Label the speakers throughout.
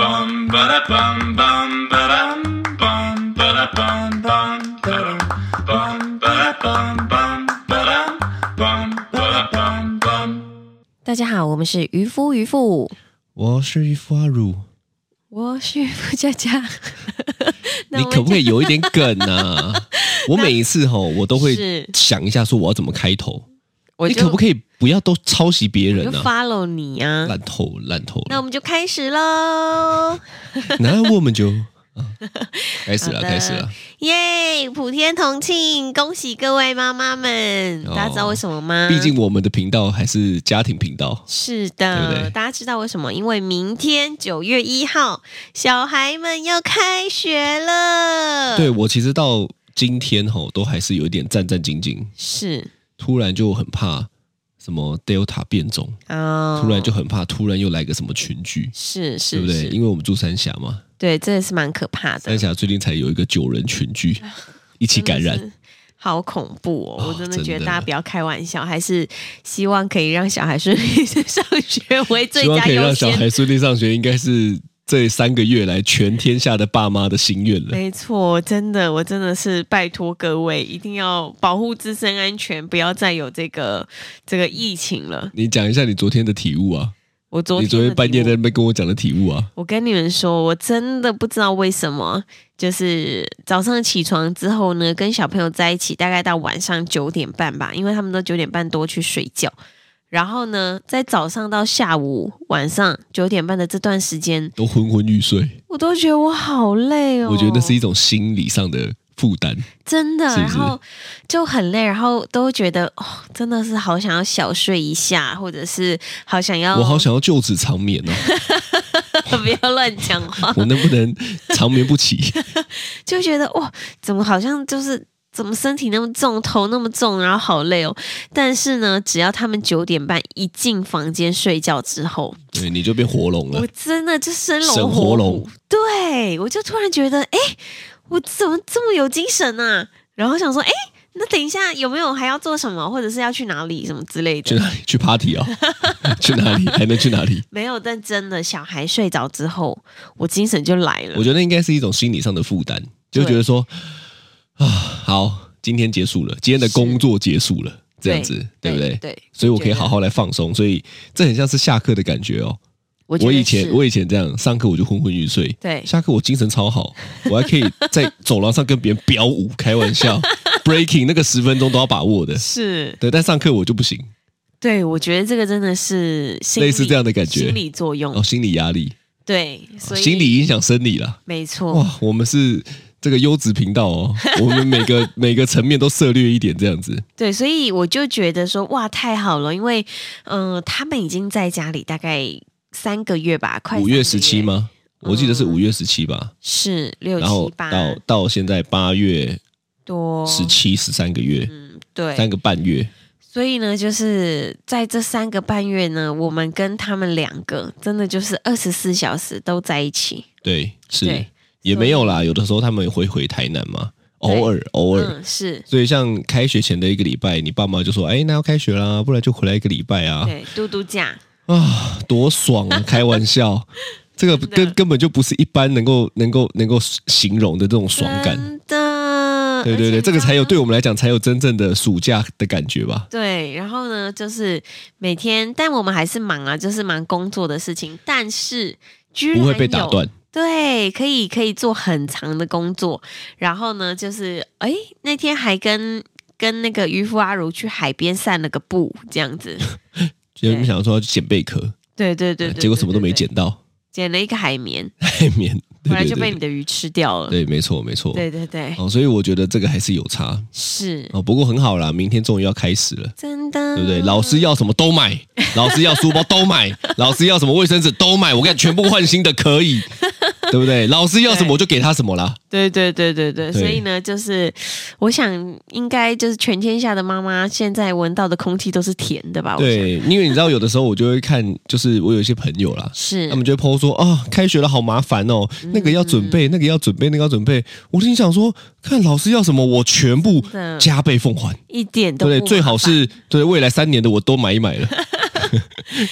Speaker 1: bum ba da bum bum ba dum bum ba da bum bum ba dum bum ba da bum bum ba dum bum ba da bum bum.
Speaker 2: 大家好，我们是渔夫渔妇，
Speaker 3: 我是渔夫阿乳，
Speaker 2: 我是渔夫佳 佳。那
Speaker 3: 你
Speaker 2: 我
Speaker 3: 可不可以
Speaker 2: 就
Speaker 3: 有一点梗 啊？我每一次吼，我都会
Speaker 2: 是
Speaker 3: 想一下说我要怎么开头。
Speaker 2: 我
Speaker 3: 你
Speaker 2: 就
Speaker 3: 可不可以不要都抄袭别
Speaker 2: 我
Speaker 3: 人
Speaker 2: 就
Speaker 3: 啊？
Speaker 2: follow 你啊？
Speaker 3: 烂透了烂透
Speaker 2: 那我
Speaker 3: 了，
Speaker 2: 们就开始喽，
Speaker 3: 那我们就、 啊开始
Speaker 2: 好
Speaker 3: 了，
Speaker 2: 的
Speaker 3: 开始了。
Speaker 2: 耶！普天同庆，恭喜各位妈妈们！
Speaker 3: 哦
Speaker 2: 大家知道为什么吗？
Speaker 3: 毕竟我们的频道还是家庭频道，
Speaker 2: 是
Speaker 3: 对
Speaker 2: 的，
Speaker 3: 不对
Speaker 2: 大家知道为什么？因为明天九月一号，小孩们要开学了。
Speaker 3: 对，我其实到今天吼都还是有一点战战兢兢，
Speaker 2: 是
Speaker 3: 突然就很怕什么 Delta 变种，
Speaker 2: 啊，
Speaker 3: 突然就很怕，突然又来个什么群聚，
Speaker 2: 是是
Speaker 3: 对不对？
Speaker 2: 是
Speaker 3: 因为我们住三峡嘛，
Speaker 2: 对，这也是蛮可怕的
Speaker 3: 三。峡最近才有一个九人群聚，
Speaker 2: 哎
Speaker 3: 一起感
Speaker 2: 真
Speaker 3: 染。
Speaker 2: 的是好恐怖哦！
Speaker 3: 哦
Speaker 2: 我真的
Speaker 3: 真
Speaker 2: 觉得
Speaker 3: 的
Speaker 2: 大家不要开玩笑，还是希望可以让小孩顺利地上学为最
Speaker 3: 希望
Speaker 2: 佳
Speaker 3: 可以
Speaker 2: 优
Speaker 3: 让小
Speaker 2: 先。
Speaker 3: 孩顺利上学，应该是这三个月来全天下的爸妈的心愿了。
Speaker 2: 没错，真的，我真的是拜托各位，一定要保护自身安全，不要再有这个这个疫情了。
Speaker 3: 你讲一下你昨天的体悟啊？
Speaker 2: 我昨
Speaker 3: 你
Speaker 2: 天
Speaker 3: 昨天半夜
Speaker 2: 的题
Speaker 3: 在
Speaker 2: 目
Speaker 3: 那边跟我讲的体悟啊？
Speaker 2: 我跟你们说，我真的不知道为什么，就是早上起床之后呢，跟小朋友在一起，大概到晚上九点半吧，因为他们都九点半多去睡觉。然后呢，在早上到下午晚上九点半的这段时间，
Speaker 3: 都昏昏欲睡，
Speaker 2: 我都觉得我好累哦。
Speaker 3: 我觉得那是一种心理上的负担。
Speaker 2: 真的，
Speaker 3: 是不
Speaker 2: 然
Speaker 3: 是
Speaker 2: 后就很累，然后都觉得哦，真的是好想要小睡一下，或者是好想要
Speaker 3: 我好想要就此长眠哦，
Speaker 2: 不要乱讲话。
Speaker 3: 我能不能长眠不起？
Speaker 2: 就觉得哇，怎么好像就是怎么身体那么重，头那么重，然后好累哦。但是呢，只要他们九点半一进房间睡觉之后，
Speaker 3: 对，你就变活龙
Speaker 2: 我
Speaker 3: 了。
Speaker 2: 真的就生龙
Speaker 3: 生
Speaker 2: 活
Speaker 3: 活
Speaker 2: 虎
Speaker 3: 龙。
Speaker 2: 对，我就突然觉得，哎，我怎么这么有精神啊？然后想说，哎。那等一下有没有还要做什么，或者是要去哪里什么之类
Speaker 3: 去
Speaker 2: 的？
Speaker 3: 哪里？去 party 啊、 哦？去哪里？还能去哪里？
Speaker 2: 没有，但真的小孩睡着之后，我精神就来了
Speaker 3: 我。觉得那应该是一种心理上的负担，就觉得说啊，好，今天结束了，今天的工作结束了，这样子，对不对？
Speaker 2: 对，
Speaker 3: 所以我可
Speaker 2: 觉
Speaker 3: 以
Speaker 2: 得
Speaker 3: 好，好来放松，所以这很像是下课的感觉哦。
Speaker 2: 我觉
Speaker 3: 我
Speaker 2: 得
Speaker 3: 以前
Speaker 2: 是
Speaker 3: 我以前这样，上课我就昏昏欲睡，
Speaker 2: 对
Speaker 3: 下课我精神超好，我还可以在走廊上跟别人飙舞，开玩笑 ，breaking 那个十分钟都要把握的。
Speaker 2: 是
Speaker 3: 对，但上课我就不行，
Speaker 2: 对，我觉得这个真的是心理
Speaker 3: 类似这样的感觉
Speaker 2: 心理作用。
Speaker 3: 哦，心理压力，
Speaker 2: 对，所以
Speaker 3: 心理影响生理啦。
Speaker 2: 没错，
Speaker 3: 哇，我们是这个优质频道 哦，我们每个每个层面都涉略一点这样子。
Speaker 2: 对，所以我就觉得说，哇，太好了，因为嗯、呃他们已经在家里大概三个月吧，快
Speaker 3: 五
Speaker 2: 三个
Speaker 3: 月十七？吗？我记得是
Speaker 2: 嗯
Speaker 3: 五月十七吧，
Speaker 2: 是六
Speaker 3: 然后
Speaker 2: 七八
Speaker 3: 到到现在八月
Speaker 2: 多
Speaker 3: 十，七十三个月，
Speaker 2: 嗯，对，
Speaker 3: 三个半月，
Speaker 2: 所以呢，就是在这三个半月呢，我们跟他们两个真的就是二十四小时都在一起，
Speaker 3: 对，是
Speaker 2: 对
Speaker 3: 也没有啦。有的时候他们会回台南嘛，偶尔偶尔。
Speaker 2: 嗯，是。
Speaker 3: 所以像开学前的一个礼拜，你爸妈就说：“哎，那要开学啦，不然就回来一个礼拜啊。
Speaker 2: 对，嘟嘟假，”
Speaker 3: 啊，多爽 啊！开玩笑，这个
Speaker 2: 真的
Speaker 3: 根根本就不是一般能够能够能够形容的这种爽感。
Speaker 2: 真的，
Speaker 3: 对
Speaker 2: 而且
Speaker 3: 对对，
Speaker 2: 你
Speaker 3: 这个
Speaker 2: 知道
Speaker 3: 才有
Speaker 2: 吗
Speaker 3: 对我们来讲才有真正的暑假的感觉吧。
Speaker 2: 对，然后呢，就是每天，但我们还是忙啊，就是忙工作的事情，但是居然
Speaker 3: 不会被打
Speaker 2: 有。
Speaker 3: 断，
Speaker 2: 对，可以可以做很长的工作。然后呢，就是哎，那天还跟跟那个渔夫阿如去海边散了个步，这样子。
Speaker 3: 就你想说要去捡贝壳，
Speaker 2: 对对对对，
Speaker 3: 结果什么都没捡
Speaker 2: 捡，
Speaker 3: 到，
Speaker 2: 捡了一个海绵，
Speaker 3: 海绵，对
Speaker 2: 后来
Speaker 3: 对
Speaker 2: 就被
Speaker 3: 对
Speaker 2: 你的鱼吃掉了。
Speaker 3: 对，没错没错。
Speaker 2: 对对对，
Speaker 3: 哦，所以我觉得这个还是有差
Speaker 2: 是
Speaker 3: 哦，不过很好啦，明天终于要开始了，
Speaker 2: 真的，
Speaker 3: 对不对？老师要什么都买，老师要书包都买，老师要什么卫生纸都买，我看全部换新的可以，对不对？老师要什么我就给他什么啦。
Speaker 2: 对对对对对，
Speaker 3: 对
Speaker 2: 所以呢，就是我想应该就是全天下的妈妈现在闻到的空气都是甜的吧？我想，
Speaker 3: 对，因为你知道，有的时候我就会看，就是我有一些朋友啦，
Speaker 2: 是
Speaker 3: 他们就会 PO 说啊、开学了好麻烦哦，
Speaker 2: 嗯
Speaker 3: 那个要准备，那个要准备，那个要准备。我心想说，看老师要什么，我全部
Speaker 2: 真的
Speaker 3: 加倍奉还，
Speaker 2: 一点
Speaker 3: 对
Speaker 2: 都
Speaker 3: 不
Speaker 2: 不
Speaker 3: 对？
Speaker 2: 麻烦
Speaker 3: 最好是对未来三年的我都买一买了，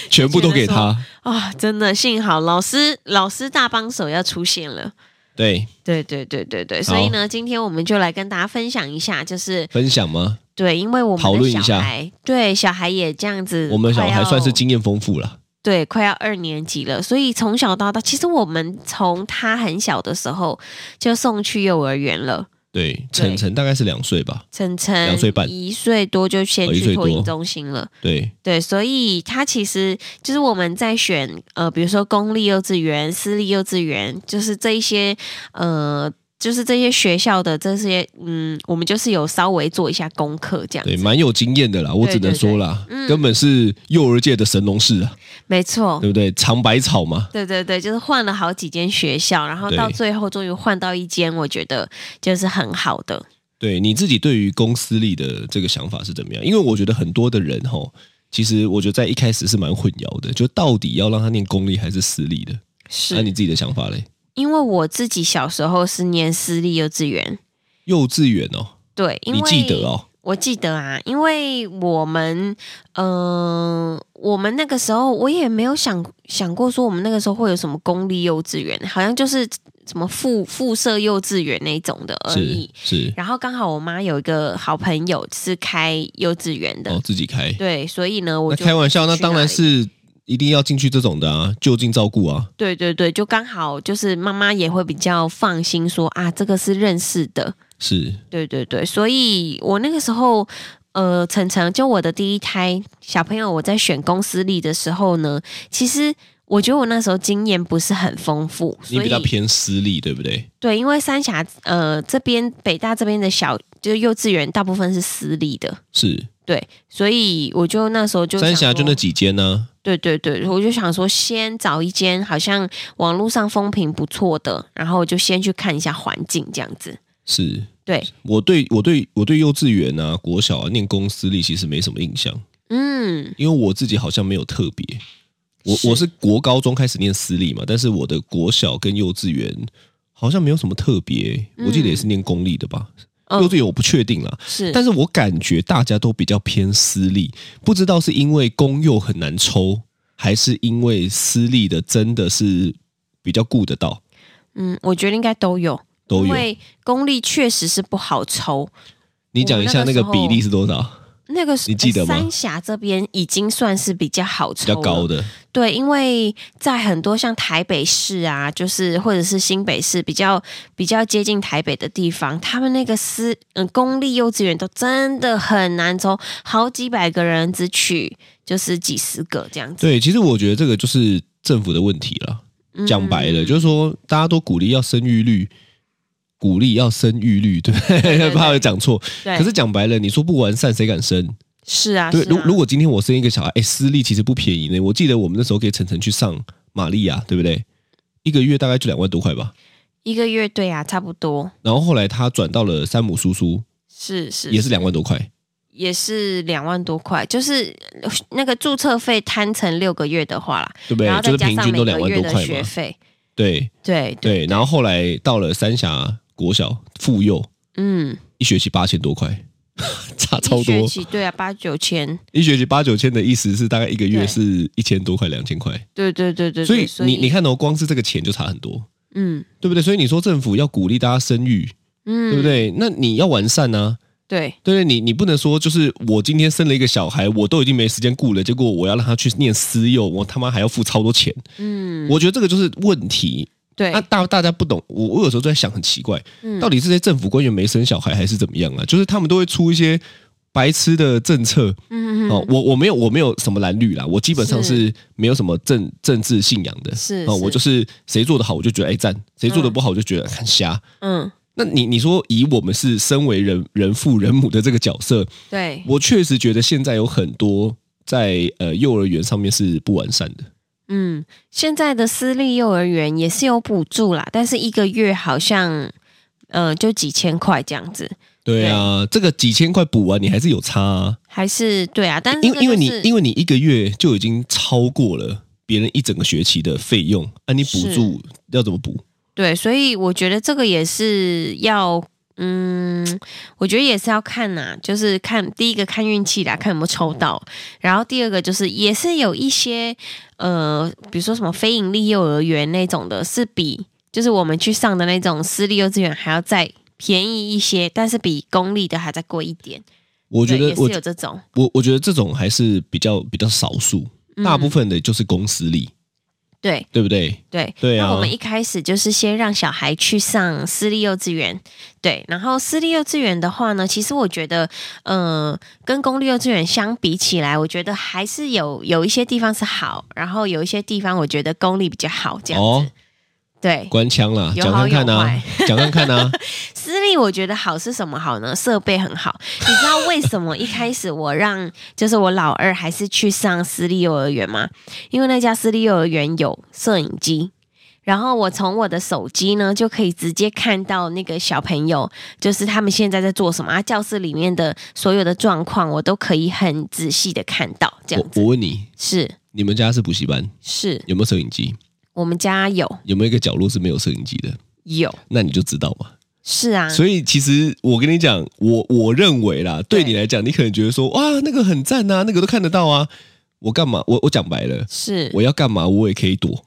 Speaker 3: 全部都给他。
Speaker 2: 啊、真的幸好老师老师大帮手要出现了。
Speaker 3: 对，
Speaker 2: 对对对对对，所以呢，今天我们就来跟大家分享一下，就是
Speaker 3: 分享吗？
Speaker 2: 对，因为我
Speaker 3: 讨
Speaker 2: 们
Speaker 3: 论一
Speaker 2: 的
Speaker 3: 下
Speaker 2: 小孩，对小孩也这样嗯子快要，
Speaker 3: 我们小孩算是经验丰富了。
Speaker 2: 对，快要二年级了，所以从小到大，其实我们从他很小的时候就送去幼儿园了。
Speaker 3: 对，晨晨大概是两岁吧。
Speaker 2: 晨晨
Speaker 3: 两岁半
Speaker 2: 一岁多就先
Speaker 3: 哦一
Speaker 2: 去
Speaker 3: 岁多
Speaker 2: 托婴中心了。
Speaker 3: 对，
Speaker 2: 对，所以他其实就是我们在选呃，比如说公立幼稚园、私立幼稚园，就是这一些呃，就是这些学校的这些嗯，我们就是有稍微做一下功课这样
Speaker 3: 对，
Speaker 2: 子。
Speaker 3: 蛮有经验的啦，我只能说啦，
Speaker 2: 对对对嗯嗯
Speaker 3: 根本是幼儿界的神农氏啊，
Speaker 2: 没错
Speaker 3: 对，不对？尝百草嘛，
Speaker 2: 对对对，就是换了好几间学校，然后
Speaker 3: 对
Speaker 2: 到最后终于换到一间，我觉得就是很好的。
Speaker 3: 对你自己对于公司里的这个想法是怎么样？因为我觉得很多的人吼，其实我觉得在一开始是蛮混淆的，就到底要让他念公立还是私立的？
Speaker 2: 是
Speaker 3: 那、啊你自己的想法嘞？
Speaker 2: 因为我自己小时候是念私立幼稚园，
Speaker 3: 幼稚园哦，
Speaker 2: 对，因为
Speaker 3: 你记得哦，
Speaker 2: 我记得啊，因为我们，嗯、我们那个时候我也没有想想过说我们那个时候会有什么公立幼稚园，好像就是什么附附设幼稚园那种的而
Speaker 3: 是
Speaker 2: 已。
Speaker 3: 是
Speaker 2: 然后刚好我妈有一个好朋友是开幼稚园的，
Speaker 3: 哦，自己开。
Speaker 2: 对，所以呢，我
Speaker 3: 那
Speaker 2: 就
Speaker 3: 开玩笑，那
Speaker 2: 去
Speaker 3: 当
Speaker 2: 里
Speaker 3: 然是一定要进去这种的啊，就近照顾啊。
Speaker 2: 对对对，就刚好就是妈妈也会比较放心说啊，这个是认识的，
Speaker 3: 是
Speaker 2: 对对对，所以我那个时候，呃，晨晨就我的第一胎小朋友，我在选公司立的时候呢，其实我觉得我那时候经验不是很丰富，
Speaker 3: 你
Speaker 2: 所
Speaker 3: 比
Speaker 2: 以
Speaker 3: 较偏私立，对不对？
Speaker 2: 对，因为三峡呃这边北大这边的小就是幼稚园大部分是私立的，
Speaker 3: 是
Speaker 2: 对，所以我就那时候就
Speaker 3: 三
Speaker 2: 想
Speaker 3: 峡就
Speaker 2: 说
Speaker 3: 那几间呢、
Speaker 2: 对对对，我就想说先找一间好像网络上风评不错的，然后就先去看一下环境这样子，
Speaker 3: 是
Speaker 2: 对，
Speaker 3: 我对我对我对幼稚园啊、国小啊、念公私立其实没什么印象，
Speaker 2: 嗯，
Speaker 3: 因为我自己好像没有特别。我
Speaker 2: 是
Speaker 3: 我是国高中开始念私立嘛，但是我的国小跟幼稚园好像没有什么特别，我记得也是念公立的吧。
Speaker 2: 嗯
Speaker 3: 幼稚园我不确定啦，
Speaker 2: 是，
Speaker 3: 但是我感觉大家都比较偏私立，不知道是因为公幼很难抽，还是因为私立的真的是比较顾得到，
Speaker 2: 嗯，我觉得应该都有，
Speaker 3: 都
Speaker 2: 因
Speaker 3: 有。
Speaker 2: 为公立确实是不好抽。
Speaker 3: 你讲一下
Speaker 2: 我
Speaker 3: 那
Speaker 2: 那
Speaker 3: 个
Speaker 2: 个
Speaker 3: 比例是多少？
Speaker 2: 那个是
Speaker 3: 你记得吗
Speaker 2: 三峡这边已经算是比较好抽，
Speaker 3: 比较高。的，
Speaker 2: 对，因为在很多像台北市啊，就是或者是新北市比较比较接近台北的地方，他们那个私嗯公立幼稚园都真的很难抽，好几百个人只取就是几十个这样子。
Speaker 3: 对，其实我觉得这个就是政府的问题了。
Speaker 2: 嗯
Speaker 3: 讲白了，就是说大家都鼓励要生育率，鼓励要生育率，对不对？
Speaker 2: 对
Speaker 3: 怕我讲错。
Speaker 2: 对，
Speaker 3: 可是讲白了，你说不完善，谁敢生？
Speaker 2: 是啊，
Speaker 3: 对，
Speaker 2: 是
Speaker 3: 如
Speaker 2: 啊
Speaker 3: 如果今天我生一个小孩，哎，私立其实不便宜呢。我记得我们那时候给晨晨去上玛利亚，对不对？一个月大概就两万多块吧。
Speaker 2: 一个月对啊，差不多
Speaker 3: 然后后来他转到了山姆叔叔，
Speaker 2: 是是
Speaker 3: 也是两万多块。
Speaker 2: 也是两万多块，就是呃那个注册费摊成六个月的话啦，
Speaker 3: 对不对
Speaker 2: 然后？再
Speaker 3: 就是
Speaker 2: 加
Speaker 3: 平
Speaker 2: 上
Speaker 3: 均
Speaker 2: 每
Speaker 3: 都
Speaker 2: 个
Speaker 3: 两万
Speaker 2: 月
Speaker 3: 多
Speaker 2: 的
Speaker 3: 块
Speaker 2: 学
Speaker 3: 嘛。
Speaker 2: 费，
Speaker 3: 对
Speaker 2: 对对，
Speaker 3: 对，然后后来到了三峡国小妇幼，
Speaker 2: 嗯，
Speaker 3: 一学期八千多块， 差 超
Speaker 2: 一学
Speaker 3: 多。
Speaker 2: 期对啊，八九千，
Speaker 3: 一学期八九千的意思是大概一个月
Speaker 2: 对
Speaker 3: 是一千多块、两千块，
Speaker 2: 对对对对，
Speaker 3: 所
Speaker 2: 对
Speaker 3: 以你你，看哦，光是这个钱就差很多，
Speaker 2: 嗯
Speaker 3: 对不对？所以你说政府要鼓励大家生育，
Speaker 2: 嗯，
Speaker 3: 对不？对？那你要完善呢、啊。
Speaker 2: 对
Speaker 3: 对不对，你你不能说就是我今天生了一个小孩，我都已经没时间顾了，结果我要让他去念私幼，我他妈还要付超多钱。
Speaker 2: 嗯，
Speaker 3: 我觉得这个就是问题。
Speaker 2: 对
Speaker 3: 那、，大大家不懂，我我有时候就在想，很奇怪，
Speaker 2: 嗯
Speaker 3: 到底是这些政府官员没生小孩还是怎么样啊？就是他们都会出一些白痴的政策，
Speaker 2: 嗯嗯
Speaker 3: 哦，我我没有我没有什么蓝绿啦，我基本上是没有什么政政治信仰的，
Speaker 2: 是
Speaker 3: 哦，
Speaker 2: 是
Speaker 3: 我就是谁做的好我就觉得哎赞，谁做的不好我就觉得很瞎。
Speaker 2: 嗯，
Speaker 3: 那你你说以我们是身为人人父人母的这个角色，
Speaker 2: 对，
Speaker 3: 我确实觉得现在有很多在呃幼儿园上面是不完善的，
Speaker 2: 嗯，现在的私立幼儿园也是有补助啦，但是一个月好像，呃，就几千块这样子，
Speaker 3: 对啊，这个几千块补完你还是有差、啊，
Speaker 2: 还是对啊，但是
Speaker 3: 因为因为你
Speaker 2: 为
Speaker 3: 因为你一个月就已经超过了别人一整个学期的费用，啊，你补
Speaker 2: 是
Speaker 3: 助要怎么补？
Speaker 2: 对，所以我觉得这个也是要。嗯，我觉得也是要看呐、就是看第一个看运气啦，看有没有抽到，然后第二个就是也是有一些呃，比如说什么非盈利幼儿园那种的，是比就是我们去上的那种私立幼稚园还要再便宜一些，但是比公立的还再贵一点。
Speaker 3: 我觉
Speaker 2: 对
Speaker 3: 得
Speaker 2: 也
Speaker 3: 我
Speaker 2: 是有这种，
Speaker 3: 我我觉得这种还是比较比较少数，
Speaker 2: 嗯
Speaker 3: 大部分的就是公司力，
Speaker 2: 对
Speaker 3: 对不对？
Speaker 2: 对
Speaker 3: 对啊
Speaker 2: 那我们一开始就是先让小孩去上私立幼稚园，对，然后私立幼稚园的话呢，其实我觉得，呃，跟公立幼稚园相比起来，我觉得还是有有一些地方是好，然后有一些地方我觉得公立比较好，这样子，
Speaker 3: 哦，
Speaker 2: 对。
Speaker 3: 官腔啦，
Speaker 2: 有
Speaker 3: 讲
Speaker 2: 好
Speaker 3: 看
Speaker 2: 有
Speaker 3: 看啊
Speaker 2: 坏，
Speaker 3: 讲看看啊，
Speaker 2: 私立我觉得好是什么好呢？设备很好。你知道为什么一开始我让就是我老二还是去上私立幼儿园吗？因为那家私立幼儿园有摄影机。然后我从我的手机呢，就可以直接看到那个小朋友，就是他们现在在做什么啊，教室里面的所有的状况，我都可以很仔细的看到。 这样
Speaker 3: 我我问你，
Speaker 2: 是
Speaker 3: 你们家是补习班，
Speaker 2: 是，
Speaker 3: 有没有摄影机？
Speaker 2: 我们家有
Speaker 3: 有没有一个角落是没有摄影机的？
Speaker 2: 有
Speaker 3: 那你就知道嘛。
Speaker 2: 是啊，
Speaker 3: 所以其实我跟你讲，我我认为啦，对
Speaker 2: 对
Speaker 3: 你来讲，你可能觉得说，哇，那个很赞呐、那个都看得到啊。我干嘛？我我讲白了，
Speaker 2: 是
Speaker 3: 我要干嘛我也可以躲。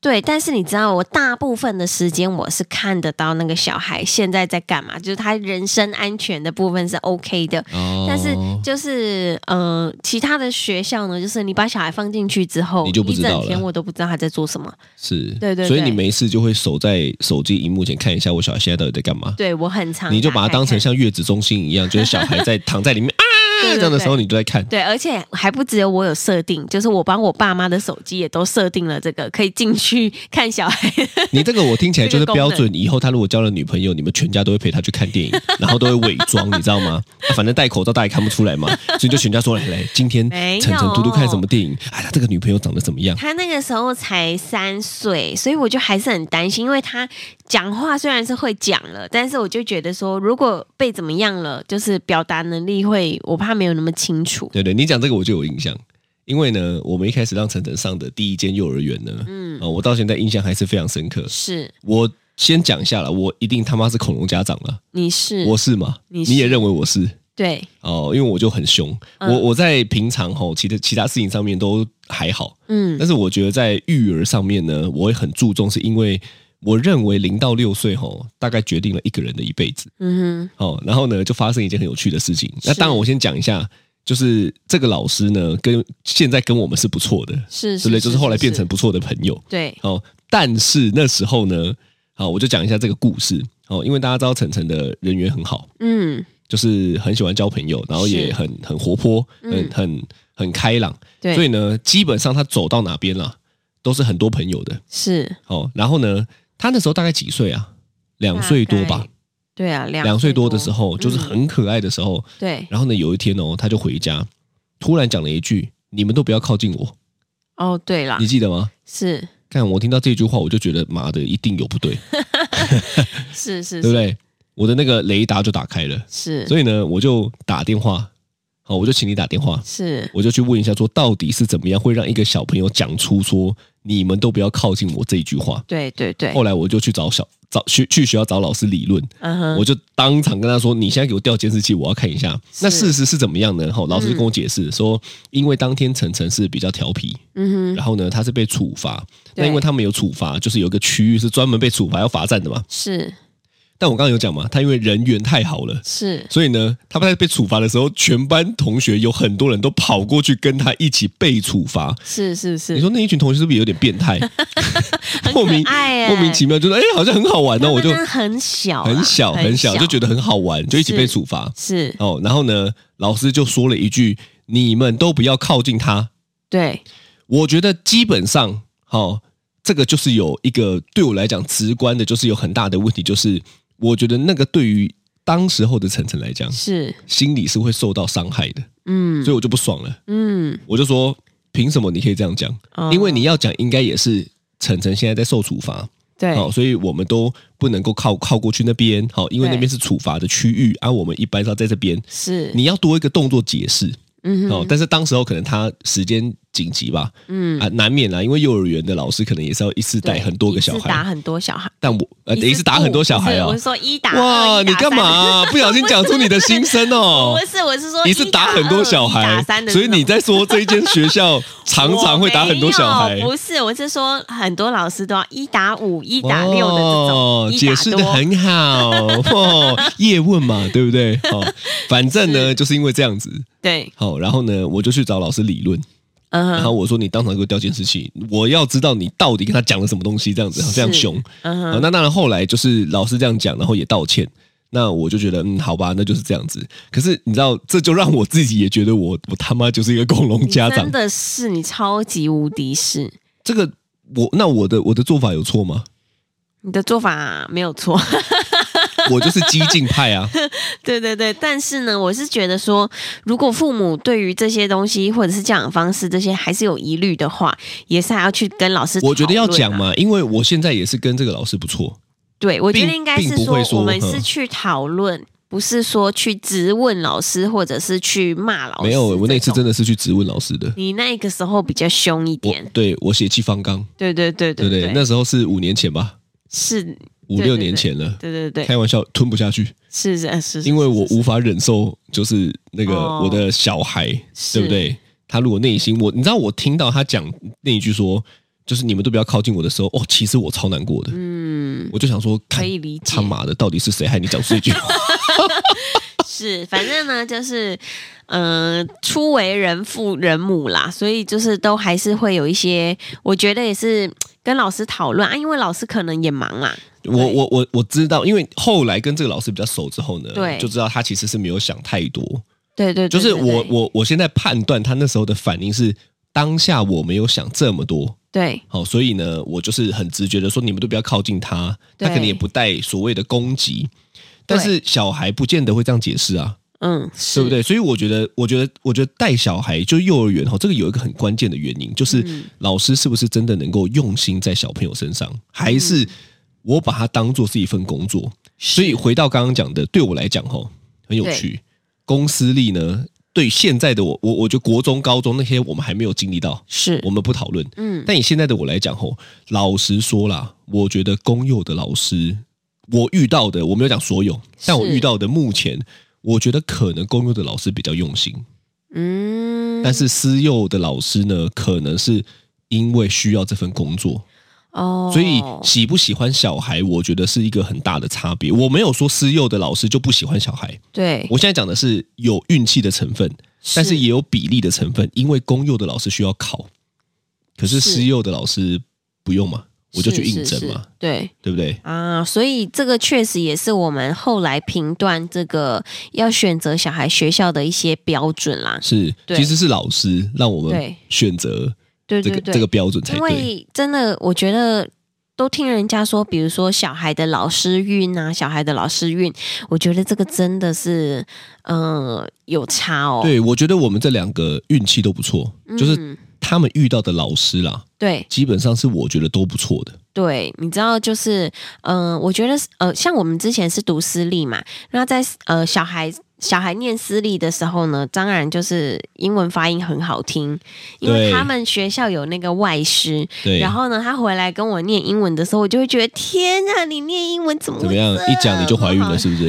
Speaker 2: 对，但是你知道，我大部分的时间我是看得到那个小孩现在在干嘛，就是他人身安全的部分是 OK 的。
Speaker 3: 哦
Speaker 2: 但是就是呃，其他的学校呢，就是你把小孩放进去之后，
Speaker 3: 你就不知道
Speaker 2: 一整天
Speaker 3: 了
Speaker 2: 我都不知道他在做什么。
Speaker 3: 是，
Speaker 2: 对对
Speaker 3: 所以你
Speaker 2: 对
Speaker 3: 没事就会守在手机荧幕前看一下我小孩现在到底在干嘛。
Speaker 2: 对我很常
Speaker 3: 你就
Speaker 2: 打
Speaker 3: 把它
Speaker 2: 开
Speaker 3: 当成
Speaker 2: 看
Speaker 3: 像月子中心一样，就是小孩在躺在里面啊
Speaker 2: 对对
Speaker 3: 这样的时候，你就在看。
Speaker 2: 对，而且还不只有我有设定，就是我帮我爸妈的手机也都设定了这个可以进去 看小孩。
Speaker 3: 你这个我听起来
Speaker 2: 这
Speaker 3: 就是
Speaker 2: 个功
Speaker 3: 标
Speaker 2: 能
Speaker 3: 准，以后他如果交了女朋友，你们全家都会陪他去看电影，然后都会伪装，你知道吗？啊反正戴口罩大家也看不出来嘛，所以就全家说来来，今天
Speaker 2: 没有
Speaker 3: 晨晨嘟嘟看什么电影？哎，他这个女朋友长得怎么样？
Speaker 2: 他那个时候才三岁，所以我就还是很担心，因为他讲话虽然是会讲了，但是我就觉得说，如果被怎么样了，就是表达能力会，我怕没有那么清楚。
Speaker 3: 对对，你讲这个我就有印象，因为呢，我们一开始让晨晨上的第一间幼儿园呢，嗯，啊、我到现在印象还是非常深刻。
Speaker 2: 是，
Speaker 3: 我先讲一下了，我一定他妈是恐龙家长了，
Speaker 2: 你是，
Speaker 3: 我是吗？
Speaker 2: 嗯你是
Speaker 3: 你也认为我是？
Speaker 2: 对，
Speaker 3: 哦，因为我就很凶，
Speaker 2: 嗯
Speaker 3: 我我在平常吼，其他其他事情上面都还好，
Speaker 2: 嗯
Speaker 3: 但是我觉得在育儿上面呢，我会很注重，是因为我认为零到六岁吼，大概决定了一个人的一辈子。
Speaker 2: 嗯
Speaker 3: 哦，然后呢，就发生一件很有趣的事情。那
Speaker 2: 是
Speaker 3: 当然，我先讲一下，就是这个老师呢，跟现在跟我们是不错的，
Speaker 2: 哼，是，
Speaker 3: 对不对？就是后来变
Speaker 2: 是
Speaker 3: 成不错的朋友。
Speaker 2: 对，
Speaker 3: 哦，但是那时候呢，好，我就讲一下这个故事。哦，因为大家知道晨晨的人缘很好，
Speaker 2: 嗯，
Speaker 3: 就是很喜欢交朋友，然后也
Speaker 2: 是
Speaker 3: 很很活泼，很、
Speaker 2: 嗯
Speaker 3: 很很开朗，
Speaker 2: 对，
Speaker 3: 所以呢，基本上他走到哪边啦、都是很多朋友的。
Speaker 2: 是
Speaker 3: 哦，然后呢，他那时候大概几岁啊？两岁多吧，，
Speaker 2: 大概对啊，两
Speaker 3: 两岁
Speaker 2: 岁
Speaker 3: 多的时候，就
Speaker 2: 嗯
Speaker 3: 是很可爱的时候。
Speaker 2: 对，
Speaker 3: 然后呢，有一天哦，他就回家，突然讲了一句：“你们都不要靠近我。
Speaker 2: 哦，对啦”
Speaker 3: 你，记得吗？
Speaker 2: 是
Speaker 3: 看我听到这句话，我就觉得妈的，一定有不对，
Speaker 2: 是是
Speaker 3: 对不对？我的那个雷达就打开了，
Speaker 2: 是是
Speaker 3: 所以呢，我就打电话，好，我就请你打电话，
Speaker 2: 是，
Speaker 3: 我就去问一下，说到底是怎么样会让一个小朋友讲出说“你们都不要靠近我”这一句话？
Speaker 2: 对对对，
Speaker 3: 后来我就去找小找去去学校找老师理论，
Speaker 2: 嗯哼，
Speaker 3: 我就当场跟他说：“你现在给我调监视器，我要看一下。”
Speaker 2: 是
Speaker 3: 那事实是怎么样呢？哈，老师就跟我解释说，因为当天晨晨是比较调皮，
Speaker 2: 嗯哼，
Speaker 3: 然后呢，他是被处罚。那
Speaker 2: 对
Speaker 3: 因为他们有处罚，就是有一个区域是专门被处罚要罚站的嘛。
Speaker 2: 是
Speaker 3: 但我刚刚有讲嘛，他因为人缘太好了。
Speaker 2: 是。
Speaker 3: 所以呢，他在被处罚的时候，全班同学有很多人都跑过去跟他一起被处罚。
Speaker 2: 是是是，
Speaker 3: 你说那一群同学是不是有点 变态？莫名
Speaker 2: 爱耶
Speaker 3: 莫名其妙，就是哎、好像很好玩，
Speaker 2: 他
Speaker 3: 那
Speaker 2: 们
Speaker 3: 我就
Speaker 2: 真的很小啦，
Speaker 3: 很小很小，就觉
Speaker 2: 得
Speaker 3: 得很好玩，就一起
Speaker 2: 是
Speaker 3: 被处罚。
Speaker 2: 是
Speaker 3: 哦，然后呢，老师就说了一句：“你们都不要靠近他。
Speaker 2: 对，”
Speaker 3: 我觉得基本上，哦，这个就是有一个对我来讲直观的，就是有很大的问题，就是我觉得那个对于当时候的晨晨来讲，
Speaker 2: 是
Speaker 3: 心里是会受到伤害的，
Speaker 2: 嗯
Speaker 3: 所以我就不爽了，
Speaker 2: 嗯，
Speaker 3: 我就说：“凭什么你可以这样讲？
Speaker 2: 哦
Speaker 3: 因为你要讲，应该也是晨晨现在在受处罚。”
Speaker 2: 对
Speaker 3: 好、所以我们都不能够靠靠过去那边，好、因为那边是处罚的区域啊，我们一般是要在这边。
Speaker 2: 是
Speaker 3: 你要多一个动作解释，
Speaker 2: 嗯哼
Speaker 3: 哦，但是当时候可能他时间紧急吧，
Speaker 2: 嗯，
Speaker 3: 啊，难免啦，因为幼儿园的老师可能也是要一次带
Speaker 2: 对
Speaker 3: 很多个
Speaker 2: 一次
Speaker 3: 小
Speaker 2: 打
Speaker 3: 孩，
Speaker 2: 很多小孩，
Speaker 3: 但我呃，等于是打
Speaker 2: 不
Speaker 3: 很多小孩
Speaker 2: 不
Speaker 3: 哦
Speaker 2: 是我是。说一打
Speaker 3: 哇，
Speaker 2: 二，一
Speaker 3: 你
Speaker 2: 打
Speaker 3: 干嘛啊、不小心讲出你的心声
Speaker 2: 三？
Speaker 3: 哦
Speaker 2: 不。 是，我是说
Speaker 3: 你
Speaker 2: 一
Speaker 3: 是打
Speaker 2: 二
Speaker 3: 很多小
Speaker 2: 一打
Speaker 3: 孩
Speaker 2: 三，的
Speaker 3: 所以
Speaker 2: 那种
Speaker 3: 你在说这一间 学校常常会打很多小
Speaker 2: 我没
Speaker 3: 孩
Speaker 2: 有。不是，我是说很多老师都要一打五、一打六的这种，
Speaker 3: 哦，
Speaker 2: 一打
Speaker 3: 解释的
Speaker 2: 多
Speaker 3: 很好 哦，叶问嘛，对不对？哦，反正呢，就是因为这样子，
Speaker 2: 对，
Speaker 3: 好、然后呢，我就去找老师理论，
Speaker 2: 嗯
Speaker 3: 然
Speaker 2: 哼，
Speaker 3: 后我说你当场给我调监视器，我要知道你到底跟他讲了什么东西，这样子
Speaker 2: 是
Speaker 3: 非常凶。
Speaker 2: 嗯
Speaker 3: 啊，
Speaker 2: 哼，
Speaker 3: 那当然后来就是老师这样讲，然后也道歉。那我就觉得，嗯，好吧，那就是这样子。可是你知道，这就让我自己也觉得我我他妈就是一个恐龙
Speaker 2: 你
Speaker 3: 家长
Speaker 2: 真。的是你超级无敌是，
Speaker 3: 这个我那我的我的做法有 错吗？
Speaker 2: 你的做法没有错，
Speaker 3: 我就是激进派啊！
Speaker 2: 对对对。但是呢，我是觉得说，如果父母对于这些东西或者是教养方式这些还是有疑虑的话，也是还要去跟老师、啊
Speaker 3: 我觉得要讲。嘛，因为我现在也是跟这个老师不错。
Speaker 2: 对，我觉得
Speaker 3: 并
Speaker 2: 应该是
Speaker 3: 并不会说
Speaker 2: 我们
Speaker 3: 嗯
Speaker 2: 是去讨论。不是说去质问老师，或者是去骂老师。
Speaker 3: 没有，我那次真
Speaker 2: 的，
Speaker 3: 的是去质问老师的。
Speaker 2: 你那个时候比较凶一
Speaker 3: 我
Speaker 2: 点。
Speaker 3: 对我血气方刚，
Speaker 2: 对对对
Speaker 3: 对不
Speaker 2: 对
Speaker 3: 对？那时候是五年前吧，
Speaker 2: 是，
Speaker 3: 五
Speaker 2: 对
Speaker 3: 六
Speaker 2: 对
Speaker 3: 年
Speaker 2: 对
Speaker 3: 前了。
Speaker 2: 对对对，
Speaker 3: 开玩笑，吞不下去，
Speaker 2: 是是是是是，
Speaker 3: 因为我
Speaker 2: 是
Speaker 3: 无法忍受，就是那个
Speaker 2: 哦
Speaker 3: 我的小孩，
Speaker 2: 是
Speaker 3: 对不对？他如果内心我，你知道我听到他讲那一句说，就是你们都不要靠近我的时候，哦，其实我超难过的，
Speaker 2: 嗯，
Speaker 3: 我就想说，看
Speaker 2: 可以理解
Speaker 3: 他妈的，到底是谁害你讲出这句 话？
Speaker 2: 是，反正呢就是，嗯、初为人父人母啦，所以就是都还是会有一些，我觉得也是跟老师讨论啊，因为老师可能也忙啦，
Speaker 3: 我我我我知道，因为后来跟这个老师比较熟之后呢，
Speaker 2: 对
Speaker 3: 就知道他其实是没有想太多，
Speaker 2: 对对
Speaker 3: 就
Speaker 2: 对
Speaker 3: 是
Speaker 2: 对
Speaker 3: 我
Speaker 2: 对
Speaker 3: 我我现在判断他那时候的反应是当下我没有想这么多，
Speaker 2: 对
Speaker 3: 好、所以呢，我就是很直觉的说，你们都不要靠近他，他
Speaker 2: 对
Speaker 3: 可能也不带所谓的攻击，但是小孩不见得会这样解释啊，
Speaker 2: 嗯，
Speaker 3: 对
Speaker 2: 是？
Speaker 3: 不对？所以我觉得，我觉得，我觉得带小孩就幼儿园哈、哦，这个有一个很关键的原因，就是
Speaker 2: 嗯
Speaker 3: 老师是不是真的能够用心在小朋友身上，还是
Speaker 2: 嗯
Speaker 3: 我把它当做是一份工作？所以回到刚刚讲的，对我来讲哈、哦，很有趣。公私立呢，对现在的我，我我觉得国中、高中那些我们还没有经历到，
Speaker 2: 是
Speaker 3: 我，们不讨论。
Speaker 2: 嗯，
Speaker 3: 但以现在的我来讲吼，老实说啦，我觉得公幼的老师，我遇到的我没有讲所有，但我遇到的目前，我觉得可能公幼的老师比较用心，
Speaker 2: 嗯，
Speaker 3: 但是私幼的老师呢，可能是因为需要这份工作，
Speaker 2: 哦，
Speaker 3: 所以喜不喜欢小孩，我觉得是一个很大的差别。我没有说私幼的老师就不喜欢小孩，
Speaker 2: 对，
Speaker 3: 我现在讲的是有运气的成分，但是也有比例的成分，因为公幼的老师需要考，可是
Speaker 2: 是
Speaker 3: 私幼的老师不用嘛，我就去应征
Speaker 2: 是是
Speaker 3: 嘛
Speaker 2: 是，对
Speaker 3: 对不对？
Speaker 2: 啊，所以这个确实也是我们后来评断这个要选择小孩学校的一些标准啦。
Speaker 3: 是，
Speaker 2: 对
Speaker 3: 其实是老师让我们
Speaker 2: 对
Speaker 3: 选择
Speaker 2: 对
Speaker 3: 这
Speaker 2: 对
Speaker 3: 个
Speaker 2: 对，
Speaker 3: 这个标准才
Speaker 2: 因
Speaker 3: 对。
Speaker 2: 为真的，我觉得都听人家说，比如说小孩的老师运啊，小孩的老师运，我觉得这个真的是，嗯、有差哦。
Speaker 3: 对，我觉得我们这两个运气都不错，
Speaker 2: 嗯，
Speaker 3: 就是他们遇到的老师啦，
Speaker 2: 对
Speaker 3: 基本上是我觉得都不错的。
Speaker 2: 对，你知道，就是，嗯、我觉得，呃，像我们之前是读私立嘛，那在呃小孩小孩念私立的时候呢，当然就是英文发音很好听，因为
Speaker 3: 对
Speaker 2: 他们学校有那个外师，
Speaker 3: 对，
Speaker 2: 然后呢，他回来跟我念英文的时候，我就会觉得天啊，你念英文怎么
Speaker 3: 怎么
Speaker 2: 会
Speaker 3: 样？
Speaker 2: 这
Speaker 3: 一讲你就怀孕
Speaker 2: 啊么好
Speaker 3: 了，是不是？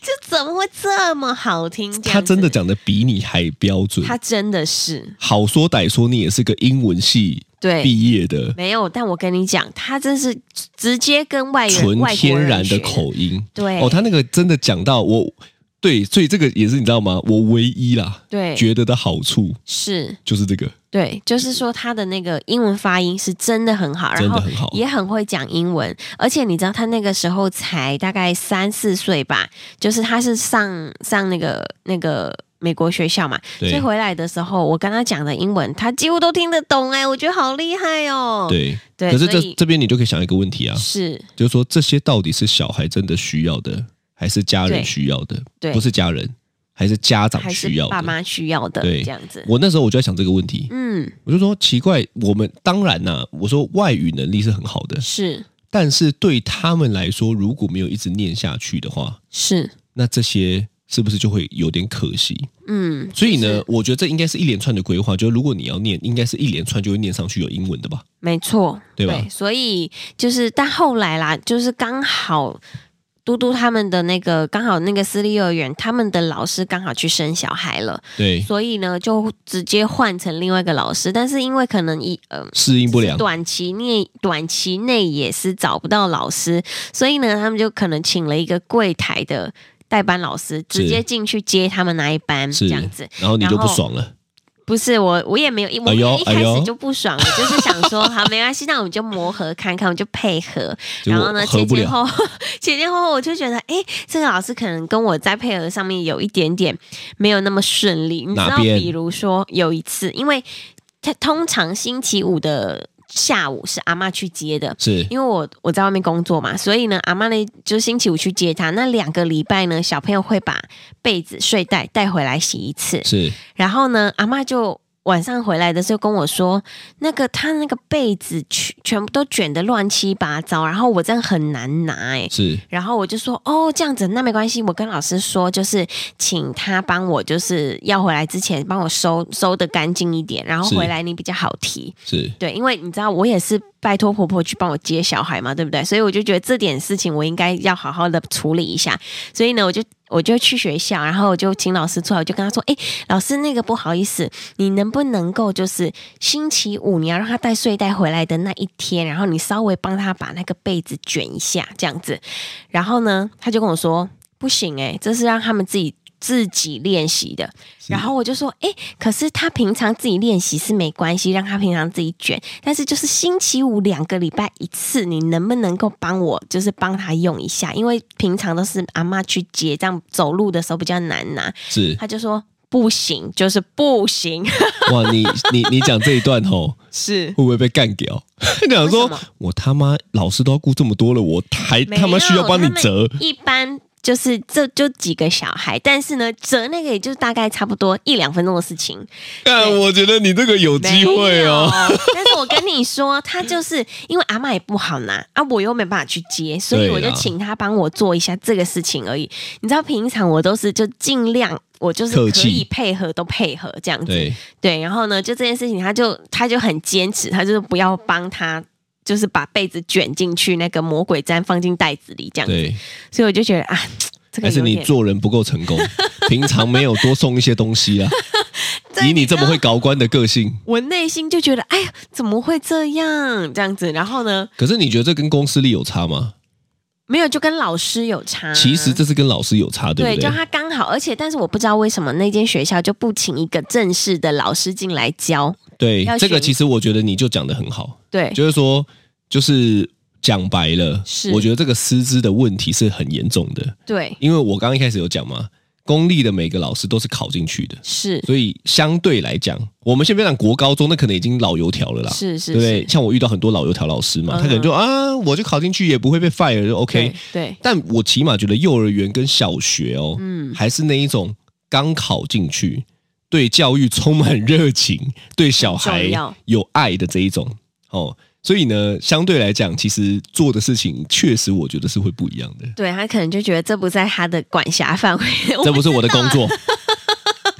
Speaker 2: 就怎么会这么好听？这
Speaker 3: 他
Speaker 2: 样子
Speaker 3: 真的，讲的比你还标准。
Speaker 2: 他真的是
Speaker 3: 好说歹说，你也是个英文系
Speaker 2: 对。
Speaker 3: 毕业的，
Speaker 2: 没有，但我跟你讲，他真是直接跟外人、
Speaker 3: 纯
Speaker 2: 外国
Speaker 3: 天
Speaker 2: 人
Speaker 3: 然的
Speaker 2: 学
Speaker 3: 口音。
Speaker 2: 对
Speaker 3: 哦，他那个真的讲到我，对，所以这个也是你知道吗？我唯一啦
Speaker 2: 对
Speaker 3: 觉得的好处
Speaker 2: 是
Speaker 3: 就是这个，
Speaker 2: 对，就是说他的那个英文发音是真的很好，
Speaker 3: 真
Speaker 2: 然
Speaker 3: 的
Speaker 2: 后
Speaker 3: 很好。
Speaker 2: 也很会讲英文，而且你知道他那个时候才大概三四岁吧，就是他是上上那个那个美国学校嘛，所
Speaker 3: 对
Speaker 2: 以回来的时候我跟他讲的英文，他几乎都听得懂哎、我觉得好厉害哦。
Speaker 3: 对，
Speaker 2: 对，
Speaker 3: 可是
Speaker 2: 所
Speaker 3: 这
Speaker 2: 以
Speaker 3: 这边你就可以想一个问题啊，
Speaker 2: 是
Speaker 3: 就是说这些到底是小孩真的需要的，还是家人需要的？
Speaker 2: 对
Speaker 3: 不是家人，还是家长
Speaker 2: 还是
Speaker 3: 需要
Speaker 2: 爸
Speaker 3: 的？
Speaker 2: 妈需要的
Speaker 3: 对
Speaker 2: 这样子，
Speaker 3: 我那时候我就在想这个问题，
Speaker 2: 嗯，
Speaker 3: 我就说奇怪，我们当然呐、我说外语能力是很好的，
Speaker 2: 是
Speaker 3: 但是对他们来说，如果没有一直念下去的话，
Speaker 2: 是
Speaker 3: 那这些是不是就会有点可惜？
Speaker 2: 嗯，
Speaker 3: 所以呢
Speaker 2: 是，
Speaker 3: 我觉得这应该是一连串的规划，就是如果你要念，应该是一连串就会念上去有英文的吧？
Speaker 2: 没错，
Speaker 3: 对吧
Speaker 2: 所以就是，但后来啦，就是刚好嘟嘟他们的那个刚好那个私立幼儿园，他们的老师刚好去生小孩了，
Speaker 3: 对，
Speaker 2: 所以呢就直接换成另外一个老师，但是因为可能一呃
Speaker 3: 适应不良，
Speaker 2: 短期内短期内也是找不到老师，所以呢，他们就可能请了一个柜台的代班老师，直接进去接他们那一班这
Speaker 3: 是
Speaker 2: 样子。
Speaker 3: 然后你就
Speaker 2: 然
Speaker 3: 不
Speaker 2: 后
Speaker 3: 爽了，
Speaker 2: 不是我，我也没有，我
Speaker 3: 哎
Speaker 2: 也
Speaker 3: 呦
Speaker 2: 一开
Speaker 3: 哎呦
Speaker 2: 始就不 爽，我就是想说，好，没关系，那我们就磨合看看，我们就配合。
Speaker 3: 结
Speaker 2: 然
Speaker 3: 果
Speaker 2: 后呢，
Speaker 3: 合
Speaker 2: 前
Speaker 3: 不
Speaker 2: 前
Speaker 3: 了，
Speaker 2: 后 后，前前后后，我就觉得，哎，这个老师可能跟我在配合上面有一点点没有那么顺利。你知
Speaker 3: 哪
Speaker 2: 道，
Speaker 3: 边
Speaker 2: 比如说有一次，因为他通常星期五的下午是阿妈去接的。
Speaker 3: 是
Speaker 2: 因为我我在外面工作嘛，所以呢，阿妈呢就星期五去接他。那两个礼拜呢，小朋友会把被子、睡袋带回来洗一次。
Speaker 3: 是
Speaker 2: 然后呢，阿妈就晚上回来的时候跟我说，那个她那个被子全全部都卷得乱七八糟，然后我这样很难拿哎、
Speaker 3: 是
Speaker 2: 然后我就说哦，这样子那没关系，我跟老师说，就是请他帮我，就是要回来之前帮我收收的干净一点，然后
Speaker 3: 是
Speaker 2: 回来你比较好提。
Speaker 3: 是，
Speaker 2: 对，因为你知道我也是拜托婆婆去帮我接小孩嘛，对不对？所以我就觉得这点事情我应该要好好的处理一下。所以呢，我就我就去学校，然后我就请老师出来，我就跟他说：“哎，老师，那个不好意思，你能不能够就是星期五你要让他带睡袋回来的那一天，然后你稍微帮他把那个被子卷一下，这样子。”然后呢，他就跟我说：“不行、诶，这是让他们自己。”自己练习的，然后我就说，哎、可是他平常自己练习是没关系，让他平常自己卷，但是就是星期五两个礼拜一次，你能不能够帮我，就是帮他用一下？因为平常都是阿妈去接，这样走路的时候比较难拿。
Speaker 3: 是
Speaker 2: 他就说不行，就是不行，
Speaker 3: 哇，你 你你讲这一段吼，
Speaker 2: 是
Speaker 3: 会不会被干掉？ 讲
Speaker 2: 为什
Speaker 3: 说
Speaker 2: 么
Speaker 3: 我他妈老师都要顾这么多了，我还他妈需要帮你折，
Speaker 2: 一般。就是这就几个小孩，但是呢，折那个也就大概差不多一两分钟的事情，
Speaker 3: 但我觉得你这个有机会哦。
Speaker 2: 没有。但是我跟你说，他就是因为阿嬷也不好拿啊，我又没办法去接，所以
Speaker 3: 对啦
Speaker 2: 我就请他帮我做一下这个事情而已。你知道，平常我都是就尽量。我就是
Speaker 3: 客
Speaker 2: 可以
Speaker 3: 气
Speaker 2: 配合都配合这样子，
Speaker 3: 对，
Speaker 2: 对然后呢，就这件事情，他就他就很坚持，他就是不要帮他，就是把被子卷进去那个魔鬼毡放进袋子里这样子。
Speaker 3: 对，
Speaker 2: 所以我就觉得啊，这个
Speaker 3: 还
Speaker 2: 嗯
Speaker 3: 是
Speaker 2: 有
Speaker 3: 你
Speaker 2: 点
Speaker 3: 做人不够 成功，平常没有多送一些东西啊。
Speaker 2: 对
Speaker 3: 以你这
Speaker 2: 知
Speaker 3: 么
Speaker 2: 道
Speaker 3: 会搞官的个性，
Speaker 2: 我内心就觉得哎呀，怎么会这样这样子？然后呢，
Speaker 3: 可是你觉得这跟公司力有差吗？
Speaker 2: 没有就跟老师有差，
Speaker 3: 其实这是跟老师有差，对不
Speaker 2: 嗯就
Speaker 3: 对？
Speaker 2: 他刚好，而且但是我不知道为什么那间学校就不请一个正式的老师进来教。要
Speaker 3: 对，这个
Speaker 2: 选
Speaker 3: 其实我觉得你就讲的很好，
Speaker 2: 对，
Speaker 3: 就是说，就是讲白了，
Speaker 2: 是
Speaker 3: 我觉得这个师资的问题是很严重的，
Speaker 2: 对，
Speaker 3: 因为我刚刚一开始有讲嘛，公立的每个老师都是考进去的，
Speaker 2: 是
Speaker 3: 所以相对来讲，我们先不要讲国高中，那可能已经老油条了啦，
Speaker 2: 是是
Speaker 3: 对不对？
Speaker 2: 是，
Speaker 3: 像我遇到很多老油条老师嘛，
Speaker 2: 嗯哼
Speaker 3: 他可能就啊，我就考进去也不会被 fire，就 OK
Speaker 2: 对。对，
Speaker 3: 但我起码觉得幼儿园跟小学哦，
Speaker 2: 嗯，
Speaker 3: 还是那一种刚考进去，对教育充满热情，对小
Speaker 2: 很
Speaker 3: 孩
Speaker 2: 重要
Speaker 3: 有爱的这一种哦。所以呢，相对来讲，其实做的事情确实我觉得是会不一样的。
Speaker 2: 对他可能就觉得这不在他的管辖范围，
Speaker 3: 这不是我的工作，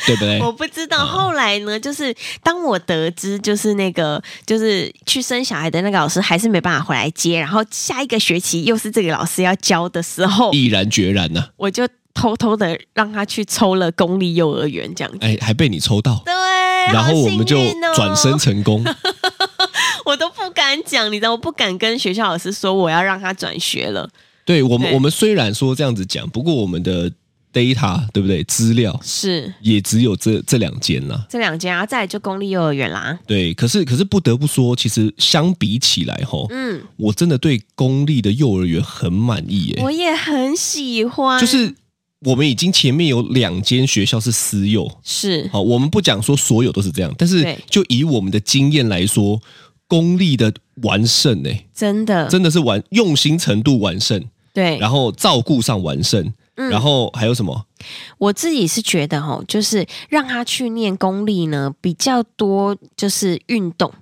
Speaker 3: 对不对？
Speaker 2: 我不知
Speaker 3: 啊
Speaker 2: 道。后来呢，就是当我得知，就是那个就是去生小孩的那个老师还是没办法回来接，然后下一个学期又是这个老师要教的时候，
Speaker 3: 毅然决然啊呐、
Speaker 2: 我就偷偷的让他去抽了公立幼儿园这样子。
Speaker 3: 哎，还被你抽到，
Speaker 2: 对，
Speaker 3: 然
Speaker 2: 哎好
Speaker 3: 后我们就
Speaker 2: 幸运哦
Speaker 3: 转身成功。
Speaker 2: 我都不敢讲，你知道，我不敢跟学校老师说我要让他转学了。
Speaker 3: 对我们，
Speaker 2: 对
Speaker 3: 我们虽然说这样子讲，不过我们的 data 对不对？资料
Speaker 2: 是
Speaker 3: 也只有这这两间啦、
Speaker 2: 这两间，然后再来就公立幼儿园啦。
Speaker 3: 对，可是可是不得不说，其实相比起来吼，
Speaker 2: 嗯，
Speaker 3: 我真的对公立的幼儿园很满意耶、
Speaker 2: 我也很喜欢，
Speaker 3: 就是我们已经前面有两间学校是私幼，
Speaker 2: 是
Speaker 3: 好，我们不讲说所有都是这样，但
Speaker 2: 嗯
Speaker 3: 是
Speaker 2: 对
Speaker 3: 就以我们的经验来说，公立的完胜哎、
Speaker 2: 真的，
Speaker 3: 真的是完用心程度完胜，
Speaker 2: 嗯对。
Speaker 3: 然后照顾上完胜，
Speaker 2: 嗯
Speaker 3: 然后还有什么？
Speaker 2: 我自己是觉得哦，就是让他去念公立呢，比较多就是运动，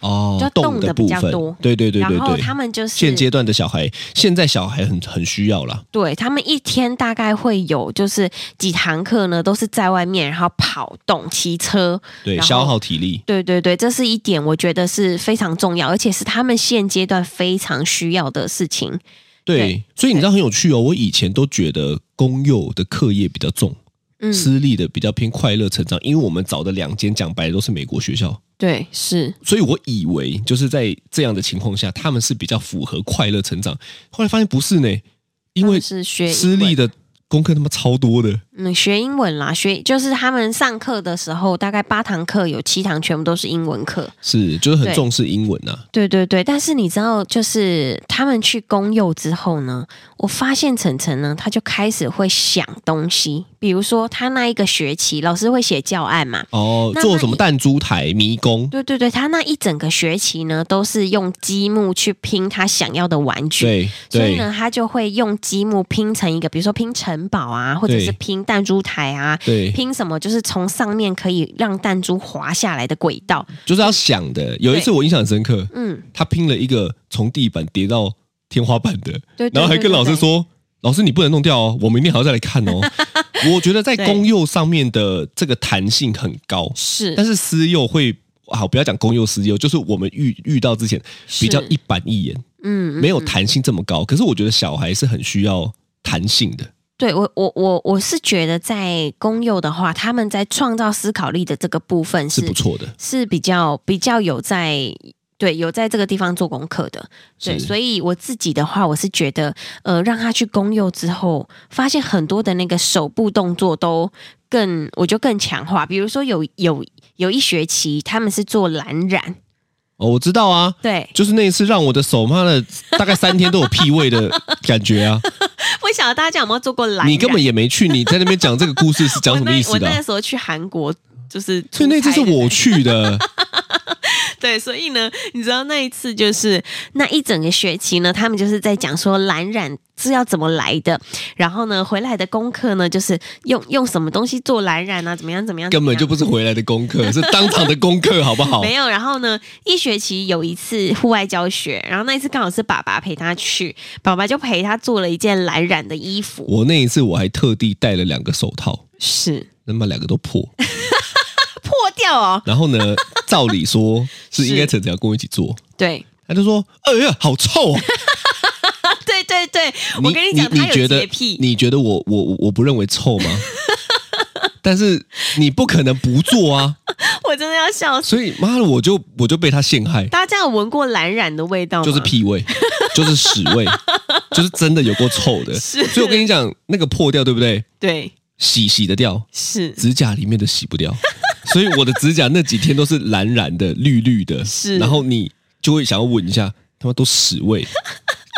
Speaker 3: 哦
Speaker 2: 比较，动
Speaker 3: 的
Speaker 2: 的
Speaker 3: 部
Speaker 2: 比较
Speaker 3: 分
Speaker 2: 多，
Speaker 3: 对对对对
Speaker 2: 然后
Speaker 3: 对。
Speaker 2: 他们就是
Speaker 3: 现阶段的小孩，现在小孩很很需要啦，
Speaker 2: 对他们一天大概会有就是几堂课呢，都是在外面，然后跑动、骑车。
Speaker 3: 对，
Speaker 2: 然后
Speaker 3: 消耗体力，
Speaker 2: 对对对，这是一点，我觉得是非常重要，而且是他们现阶段非常需要的事情。
Speaker 3: 对
Speaker 2: 对，
Speaker 3: 所以你知道很有趣哦。我以前都觉得公幼的课业比较重，
Speaker 2: 嗯，
Speaker 3: 私立的比较偏快乐成长，因为我们找的两间讲白了都是美国学校，
Speaker 2: 对，是，
Speaker 3: 所以我以为就是在这样的情况下，他们是比较符合快乐成长。后来发现不是呢，因
Speaker 2: 他
Speaker 3: 为
Speaker 2: 们是学英
Speaker 3: 私立
Speaker 2: 文，
Speaker 3: 的功课他妈超多的，
Speaker 2: 嗯，学英文啦，学就是他们上课的时候，大概八堂课有七堂全部都是英文课。
Speaker 3: 是就是很
Speaker 2: 对
Speaker 3: 重视英文呐、啊。
Speaker 2: 对对对，但是你知道，就是他们去公幼之后呢，我发现晨晨呢，他就开始会想东西，比如说他那一个学期，老师会写教案嘛。
Speaker 3: 哦，
Speaker 2: 那
Speaker 3: 做
Speaker 2: 那
Speaker 3: 什么
Speaker 2: 你
Speaker 3: 弹珠台、迷宫，
Speaker 2: 对对对，他那一整个学期呢，都是用积木去拼他想要的玩具，
Speaker 3: 对
Speaker 2: 所以
Speaker 3: 对
Speaker 2: 呢，他就会用积木拼成一个，比如说拼城堡啊，或者
Speaker 3: 对
Speaker 2: 是拼弹珠台啊，
Speaker 3: 对，
Speaker 2: 拼什么就是从上面可以让弹珠滑下来的轨道。
Speaker 3: 就是要想的。有一次我印象很深刻，
Speaker 2: 嗯，
Speaker 3: 他拼了一个从地板叠到天花板的。
Speaker 2: 对对
Speaker 3: 然后还跟老师，说：“老师，你不能弄掉哦，我明天还要再来看 哦。”我觉得在
Speaker 2: 对
Speaker 3: 公幼上面的这个弹性很高，
Speaker 2: 对对对
Speaker 3: 但是私幼会好，不要讲公幼私幼，就是我们遇遇到之前
Speaker 2: 是
Speaker 3: 比较一板一眼，
Speaker 2: 嗯嗯
Speaker 3: 没有
Speaker 2: 嗯
Speaker 3: 弹性这么高。可是我觉得小孩是很需要弹性的，
Speaker 2: 对我，我我我是觉得在公幼的话，他们在创造思考力的这个部分
Speaker 3: 是
Speaker 2: 是
Speaker 3: 不错的。
Speaker 2: 是比较比较有在对有在这个地方做功课的。对，
Speaker 3: 是
Speaker 2: 所以我自己的话，我是觉得呃，让他去公幼之后，发现很多的那个手部动作都更，我就更强化。比如说有有有一学期他们是做蓝染，
Speaker 3: 哦，我知道啊。
Speaker 2: 对
Speaker 3: 就是那一次让我的手妈的大概三天都有屁味的 感觉 啊！
Speaker 2: 我想大家有没有做过蓝染？
Speaker 3: 你根本也没去，你在那边讲这个故事是讲
Speaker 2: 我
Speaker 3: 什么
Speaker 2: 那
Speaker 3: 意思
Speaker 2: 我
Speaker 3: 的啊、
Speaker 2: 那时候去韩国。就是出差的，
Speaker 3: 所以那次是我去的，
Speaker 2: 对，所以呢，你知道那一次就是那一整个学期呢，他们就是在讲说蓝染是要怎么来的，然后呢，回来的功课呢，就是用用什么东西做蓝染啊，怎么样怎么样，
Speaker 3: 根本就
Speaker 2: 怎么
Speaker 3: 不是回来的功课，是当场的功课，好不好
Speaker 2: 样。没有，然后呢，一学期有一次户外教学，然后那一次刚好是爸爸陪他去，爸爸就陪他做了一件蓝染的衣服，
Speaker 3: 我那一次我还特地戴了两个手套，
Speaker 2: 是
Speaker 3: 那么两个都破。
Speaker 2: 破掉哦，
Speaker 3: 然后呢，照 理说是
Speaker 2: 是
Speaker 3: 应该晨晨要跟我一起做，
Speaker 2: 对，
Speaker 3: 他就说：“哎呀，好臭啊！”
Speaker 2: 对对对，我跟
Speaker 3: 你
Speaker 2: 讲，
Speaker 3: 你
Speaker 2: 他有
Speaker 3: 觉
Speaker 2: 洁
Speaker 3: 得
Speaker 2: 癖，
Speaker 3: 你觉得我我我我不认为臭吗？ 但是你不可能不做啊，
Speaker 2: 我真的要笑死。
Speaker 3: 所以妈的，我就我就被他陷害，
Speaker 2: 大家有闻过蓝染的味道吗？
Speaker 3: 就是屁味，就是屎味，就是真的有够臭的。
Speaker 2: 是
Speaker 3: 所以我跟你讲，那个破掉对不对？
Speaker 2: 对，
Speaker 3: 洗洗得掉，
Speaker 2: 是
Speaker 3: 指甲里面的洗不掉， 所以我的指甲那几天都是蓝蓝的、绿绿的，
Speaker 2: 是
Speaker 3: 然后你就会想要闻一下，他妈都屎味，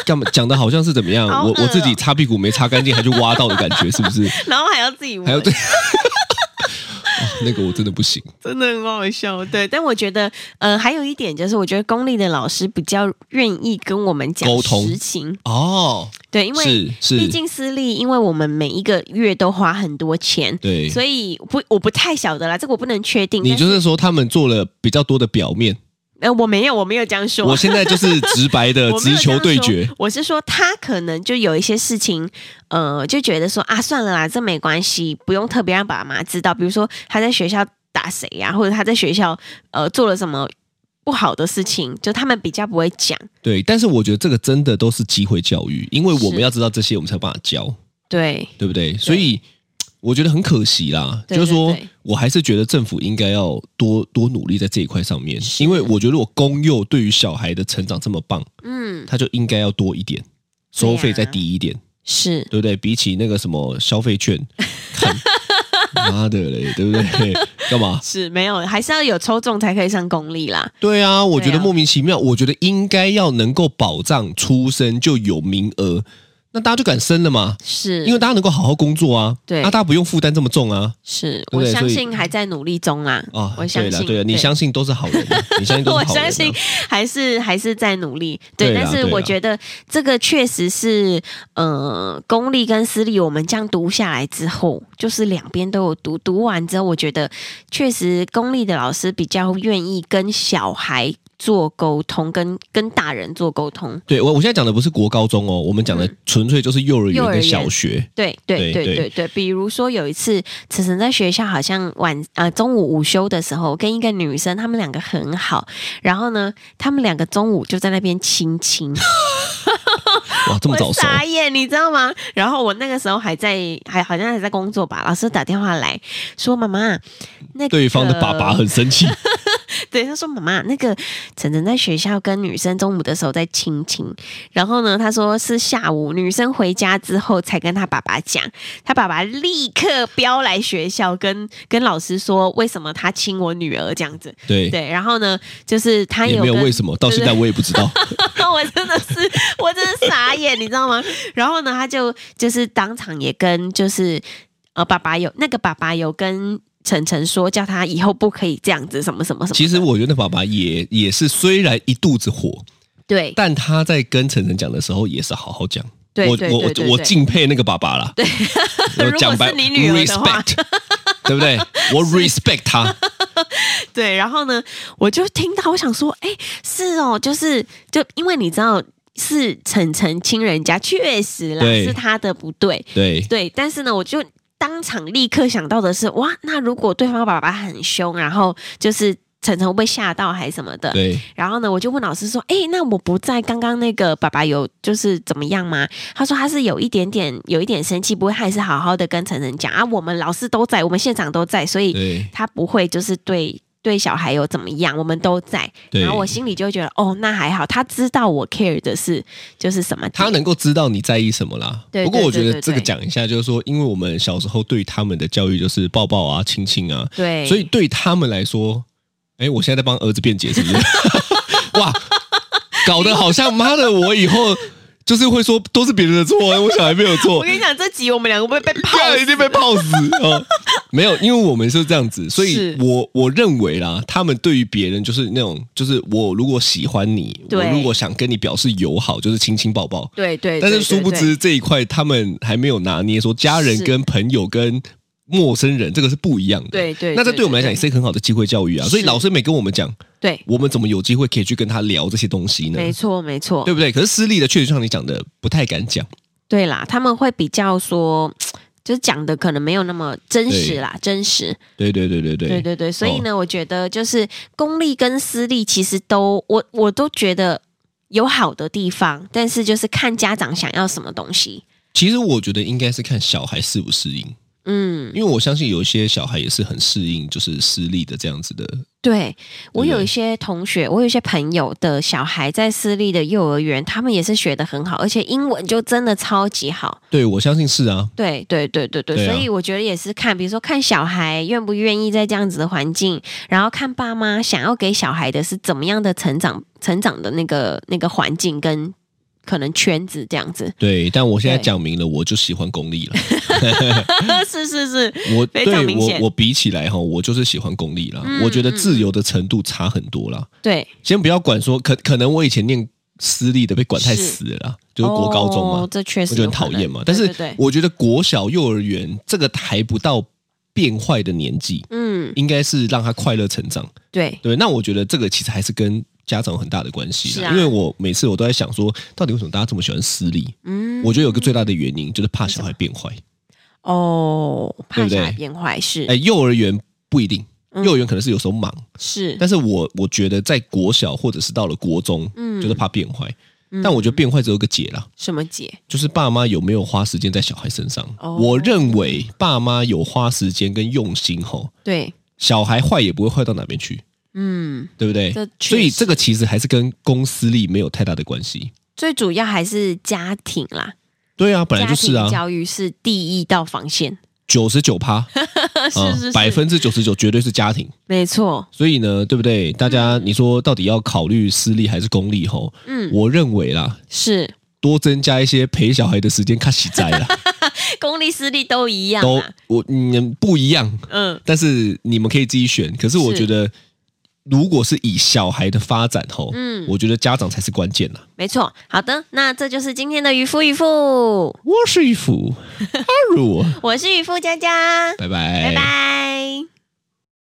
Speaker 3: 干嘛讲的好像是怎么样？
Speaker 2: 好
Speaker 3: 我
Speaker 2: 恶哦
Speaker 3: 我自己擦屁股没擦干净，还去挖到的感觉，是 不是？
Speaker 2: 然后还要自己闻，
Speaker 3: 还有对。 哦那个我真的不行，
Speaker 2: 真的很好笑。对，但我觉得，呃，还有一点就是，我觉得公立的老师比较愿意跟我们讲
Speaker 3: 沟通
Speaker 2: 实情，
Speaker 3: 哦，
Speaker 2: 对，因为
Speaker 3: 是
Speaker 2: 毕
Speaker 3: 是，
Speaker 2: 竟私立，因为我们每一个月都花很多钱，
Speaker 3: 对，
Speaker 2: 所以不我不太晓得啦，这个我不能确定。
Speaker 3: 你
Speaker 2: 但
Speaker 3: 就是说他们做了比较多的表面，
Speaker 2: 呃，我没有，我没有这样说。
Speaker 3: 我现在就是直白的
Speaker 2: 我没
Speaker 3: 直
Speaker 2: 有这
Speaker 3: 球
Speaker 2: 样
Speaker 3: 对
Speaker 2: 说
Speaker 3: 决，，
Speaker 2: 我是说他可能就有一些事情，呃，就觉得说啊，算了啦，这没关系，不用特别让爸妈知道。比如说他在学校打谁呀、或者他在学校呃做了什么不好的事情，就他们比较不会讲。
Speaker 3: 对。但是我觉得这个真的都是机会教育，因为我们
Speaker 2: 是
Speaker 3: 要知道这些，我们才有办法教。
Speaker 2: 对，
Speaker 3: 对不对？所以我觉得很可惜啦，
Speaker 2: 对
Speaker 3: 就是说
Speaker 2: 对对
Speaker 3: 我还是觉得政府应该要多多努力在这一块上面，
Speaker 2: 是
Speaker 3: 因为我觉得我公幼对于小孩的成长这么棒，
Speaker 2: 嗯，
Speaker 3: 他就应该要多一点。收费再低一点，
Speaker 2: 是
Speaker 3: 对不对？比起那个什么消 费券，看妈的嘞，对不对？啊干嘛？
Speaker 2: 是，没有，还是要有抽中才可以上公立啦。
Speaker 3: 对啊，我觉得
Speaker 2: 对啊
Speaker 3: 莫名其妙。我觉得应该要能够保障出生就有名额，那大家就敢生了嘛，
Speaker 2: 是，
Speaker 3: 因为大家能够好好工作啊，
Speaker 2: 对
Speaker 3: 那大家不用负担这么重啊。
Speaker 2: 是
Speaker 3: 对
Speaker 2: 我
Speaker 3: 所以
Speaker 2: 相信还在努力中啦。
Speaker 3: 啊，
Speaker 2: 我相
Speaker 3: 对
Speaker 2: 信，
Speaker 3: 了，对了，你相信都是好 人嘛，你相信 都
Speaker 2: 我
Speaker 3: 是好人、啊。
Speaker 2: 相信还是还是在努力，对，
Speaker 3: 对啦
Speaker 2: 但是
Speaker 3: 对
Speaker 2: 我
Speaker 3: 啦
Speaker 2: 觉得这个确实是，呃，公立跟私立，我们这样读下来之后，就是两边都有读，读完之后，我觉得确实公立的老师比较愿意跟小孩做沟通，跟跟大人做沟通。
Speaker 3: 对我我现在讲的不是国高中哦，我们讲的纯粹就是幼儿园
Speaker 2: 嗯幼儿
Speaker 3: 跟
Speaker 2: 园
Speaker 3: 小学。
Speaker 2: 对对
Speaker 3: 对
Speaker 2: 对
Speaker 3: 对
Speaker 2: 对对，比如说有一次，晨晨在学校好像晚呃中午午休的时候，跟一个女生，她们两个很好，然后呢，她们两个中午就在那边亲亲，
Speaker 3: 哇，这么早
Speaker 2: 我
Speaker 3: 熟，
Speaker 2: 傻眼，你知道吗？然后我那个时候还在还好像还在工作吧，老师打电话来说妈妈，那个、
Speaker 3: 对方的爸爸很 生气。
Speaker 2: 对，他说：“妈妈，那个晨晨在学校跟女生中午的时候在亲亲，然后呢，他说是下午女生回家之后才跟他爸爸讲，他爸爸立刻飙来学校跟跟老师说为什么他亲我女儿这样子。
Speaker 3: 对，
Speaker 2: 对，然后呢，就是他
Speaker 3: 也
Speaker 2: 有
Speaker 3: 没有
Speaker 2: 跟
Speaker 3: 为什么，到
Speaker 2: 对
Speaker 3: 现在我也不知道。
Speaker 2: 我真的是，我真的傻眼，你知道吗？然后呢，他就就是当场也跟就是呃爸爸有那个爸爸有跟晨晨说，叫他以后不可以这样子，什么什么什么的。
Speaker 3: 其实我觉得爸爸也也是，虽然一肚子火，
Speaker 2: 对
Speaker 3: 但他在跟晨晨讲的时候也是好好讲。
Speaker 2: 对
Speaker 3: 我
Speaker 2: 对
Speaker 3: 我
Speaker 2: 对对
Speaker 3: 我我
Speaker 2: 对
Speaker 3: 敬佩那个爸爸啦。对，我讲白
Speaker 2: 如果是你女儿的话
Speaker 3: ，respect，对不对？我 respect 他。
Speaker 2: 对，然后呢，我就听到，我想说，哎，是哦，就是就因为你知道是晨晨亲人家，确实啦，
Speaker 3: 对
Speaker 2: 是他的不对，
Speaker 3: 对
Speaker 2: 对，但是呢，我就当场立刻想到的是，哇，那如果对方爸爸很凶，然后就是晨晨会被吓到还是什么的，
Speaker 3: 对，
Speaker 2: 然后呢，我就问老师说：“诶，那我不在，刚刚那个爸爸有就是怎么样吗？”他说：“他是有一点点，有一点生气，不过他还是好好的跟晨晨讲啊。我们老师都在，我们现场都在，所以
Speaker 3: 对
Speaker 2: 他不会就是对对小孩有怎么样，我们都在。
Speaker 3: 对
Speaker 2: 然后我心里就会觉得，哦，那还好，他知道我 care 的是就是什么点。
Speaker 3: 他能够知道你在意什么啦。
Speaker 2: 对
Speaker 3: 不过
Speaker 2: 对
Speaker 3: 我觉
Speaker 2: 对
Speaker 3: 得
Speaker 2: 对
Speaker 3: 这个
Speaker 2: 对
Speaker 3: 讲一下，就是说，因为我们小时候对他们的教育就是抱抱啊、亲亲啊，
Speaker 2: 对，
Speaker 3: 所以对他们来说，哎，我现在在帮儿子辩 解，是不是？哇，搞得好像妈的，我以后就是会说都是别人的错，哎我小孩没有
Speaker 2: 我
Speaker 3: 错
Speaker 2: 跟，你讲，这集我们两个 会被泡
Speaker 3: 干
Speaker 2: 死
Speaker 3: 一定被泡死啊、哦！没有，因为我们是这样子，所以
Speaker 2: 是
Speaker 3: 我我认为啦，他们对于别人就是那种，就是我如果喜欢你，我
Speaker 2: 对
Speaker 3: 如果想跟你表示友好，就是亲亲抱抱。
Speaker 2: 对对，
Speaker 3: 但是
Speaker 2: 对
Speaker 3: 殊不，
Speaker 2: 对对
Speaker 3: 知这一块他们还没有拿捏，说家人
Speaker 2: 是
Speaker 3: 跟朋友跟陌生人这个是不一样的。
Speaker 2: 对对
Speaker 3: 那这对我们来讲也是一个很好的机会教育啊。
Speaker 2: 是
Speaker 3: 所以老师没跟我们讲，
Speaker 2: 对，
Speaker 3: 我们怎么有机会可以去跟他聊这些东西呢？
Speaker 2: 没错没错，
Speaker 3: 对不对？可是私立的确实像你讲的，不太敢讲。
Speaker 2: 对啦，他们会比较说，就是讲的可能没有那么真实啦，真实。
Speaker 3: 对对对对对
Speaker 2: 对对对，所以呢，我觉得就是公立跟私立其实都，我我都觉得有好的地方，但是就是看家长想要什么东西。
Speaker 3: 其实我觉得应该是看小孩适不适应，
Speaker 2: 嗯，
Speaker 3: 因为我相信有一些小孩也是很适应，就是私立的这样子的。
Speaker 2: 对我
Speaker 3: 对
Speaker 2: 有一些同学，我有一些朋友的小孩在私立的幼儿园，他们也是学的很好，而且英文就真的超级好。
Speaker 3: 对，我相信是啊，
Speaker 2: 对对对对对，
Speaker 3: 对啊
Speaker 2: 所以我觉得也是看，比如说看小孩愿不愿意在这样子的环境，然后看爸妈想要给小孩的是怎么样的成长，成长的那个那个环境跟可能圈子这样 子。
Speaker 3: 对。但我现在
Speaker 2: 对
Speaker 3: 讲明了，我就喜欢公立了。
Speaker 2: 是是是，
Speaker 3: 我
Speaker 2: 非常
Speaker 3: 对
Speaker 2: 明
Speaker 3: 我
Speaker 2: 显
Speaker 3: 我比起来哈，我就是喜欢公立啦。
Speaker 2: 嗯
Speaker 3: 我觉得自由的程度差很多啦。
Speaker 2: 对，
Speaker 3: 先不要管说，可可能我以前念私立的被管太死了啦，就是国高中嘛，
Speaker 2: 哦、这确
Speaker 3: 我
Speaker 2: 实
Speaker 3: 就很
Speaker 2: 有可
Speaker 3: 讨
Speaker 2: 能
Speaker 3: 厌嘛。但是
Speaker 2: 对对对
Speaker 3: 我觉得国小、幼儿园这个还不到变坏的年纪，
Speaker 2: 嗯，
Speaker 3: 应该是让他快乐成长。
Speaker 2: 对
Speaker 3: 对，那我觉得这个其实还是跟家长有很大的关系
Speaker 2: 是
Speaker 3: 啦，
Speaker 2: 啊
Speaker 3: 因为我每次我都在想说，到底为什么大家这么喜欢私立？
Speaker 2: 嗯，
Speaker 3: 我觉得有个最大的原因就是怕小孩变坏。
Speaker 2: 哦，
Speaker 3: 对
Speaker 2: 怕
Speaker 3: 不对
Speaker 2: 小孩变坏是、
Speaker 3: 哎，幼儿园不一定，
Speaker 2: 嗯
Speaker 3: 幼儿园可能是有时候忙，
Speaker 2: 是，
Speaker 3: 但是我我觉得在国小或者是到了国中，
Speaker 2: 嗯
Speaker 3: 就是怕变坏。
Speaker 2: 嗯
Speaker 3: 但我觉得变坏只有个解啦，
Speaker 2: 什么姐
Speaker 3: 就是爸妈有没有花时间在小孩身上。
Speaker 2: 哦
Speaker 3: 我认为爸妈有花时间跟用心吼，
Speaker 2: 对，
Speaker 3: 小孩坏也不会坏到哪边去，
Speaker 2: 嗯，
Speaker 3: 对不对
Speaker 2: 这？确实
Speaker 3: 所以这个其实还是跟公私立没有太大的关系。
Speaker 2: 最主要还是家庭啦，
Speaker 3: 对啊，本来
Speaker 2: 家
Speaker 3: 就是
Speaker 2: 庭
Speaker 3: 啊，
Speaker 2: 教育是第一道防线，
Speaker 3: 九十九趴， 啊
Speaker 2: 是是是
Speaker 3: 嗯百分之九十九绝对是家庭。
Speaker 2: 没错，
Speaker 3: 所以呢，对不对？大家你说到底要考虑私立还是公立？吼，
Speaker 2: 嗯，
Speaker 3: 我认为啦，
Speaker 2: 是
Speaker 3: 多增加一些陪小孩的时间，看喜在 啦，
Speaker 2: 公立私立都一样
Speaker 3: 都
Speaker 2: 啊，
Speaker 3: 我嗯不一样，
Speaker 2: 嗯，
Speaker 3: 但是你们可以自己选。可是我
Speaker 2: 是
Speaker 3: 觉得，如果是以小孩的发展吼，
Speaker 2: 嗯
Speaker 3: 我觉得家长才是关键啦。
Speaker 2: 没错。好的，那这就是今天的渔夫渔妇，
Speaker 3: 我是一幅阿如，
Speaker 2: 我是渔夫佳佳，
Speaker 3: 拜
Speaker 2: 拜拜。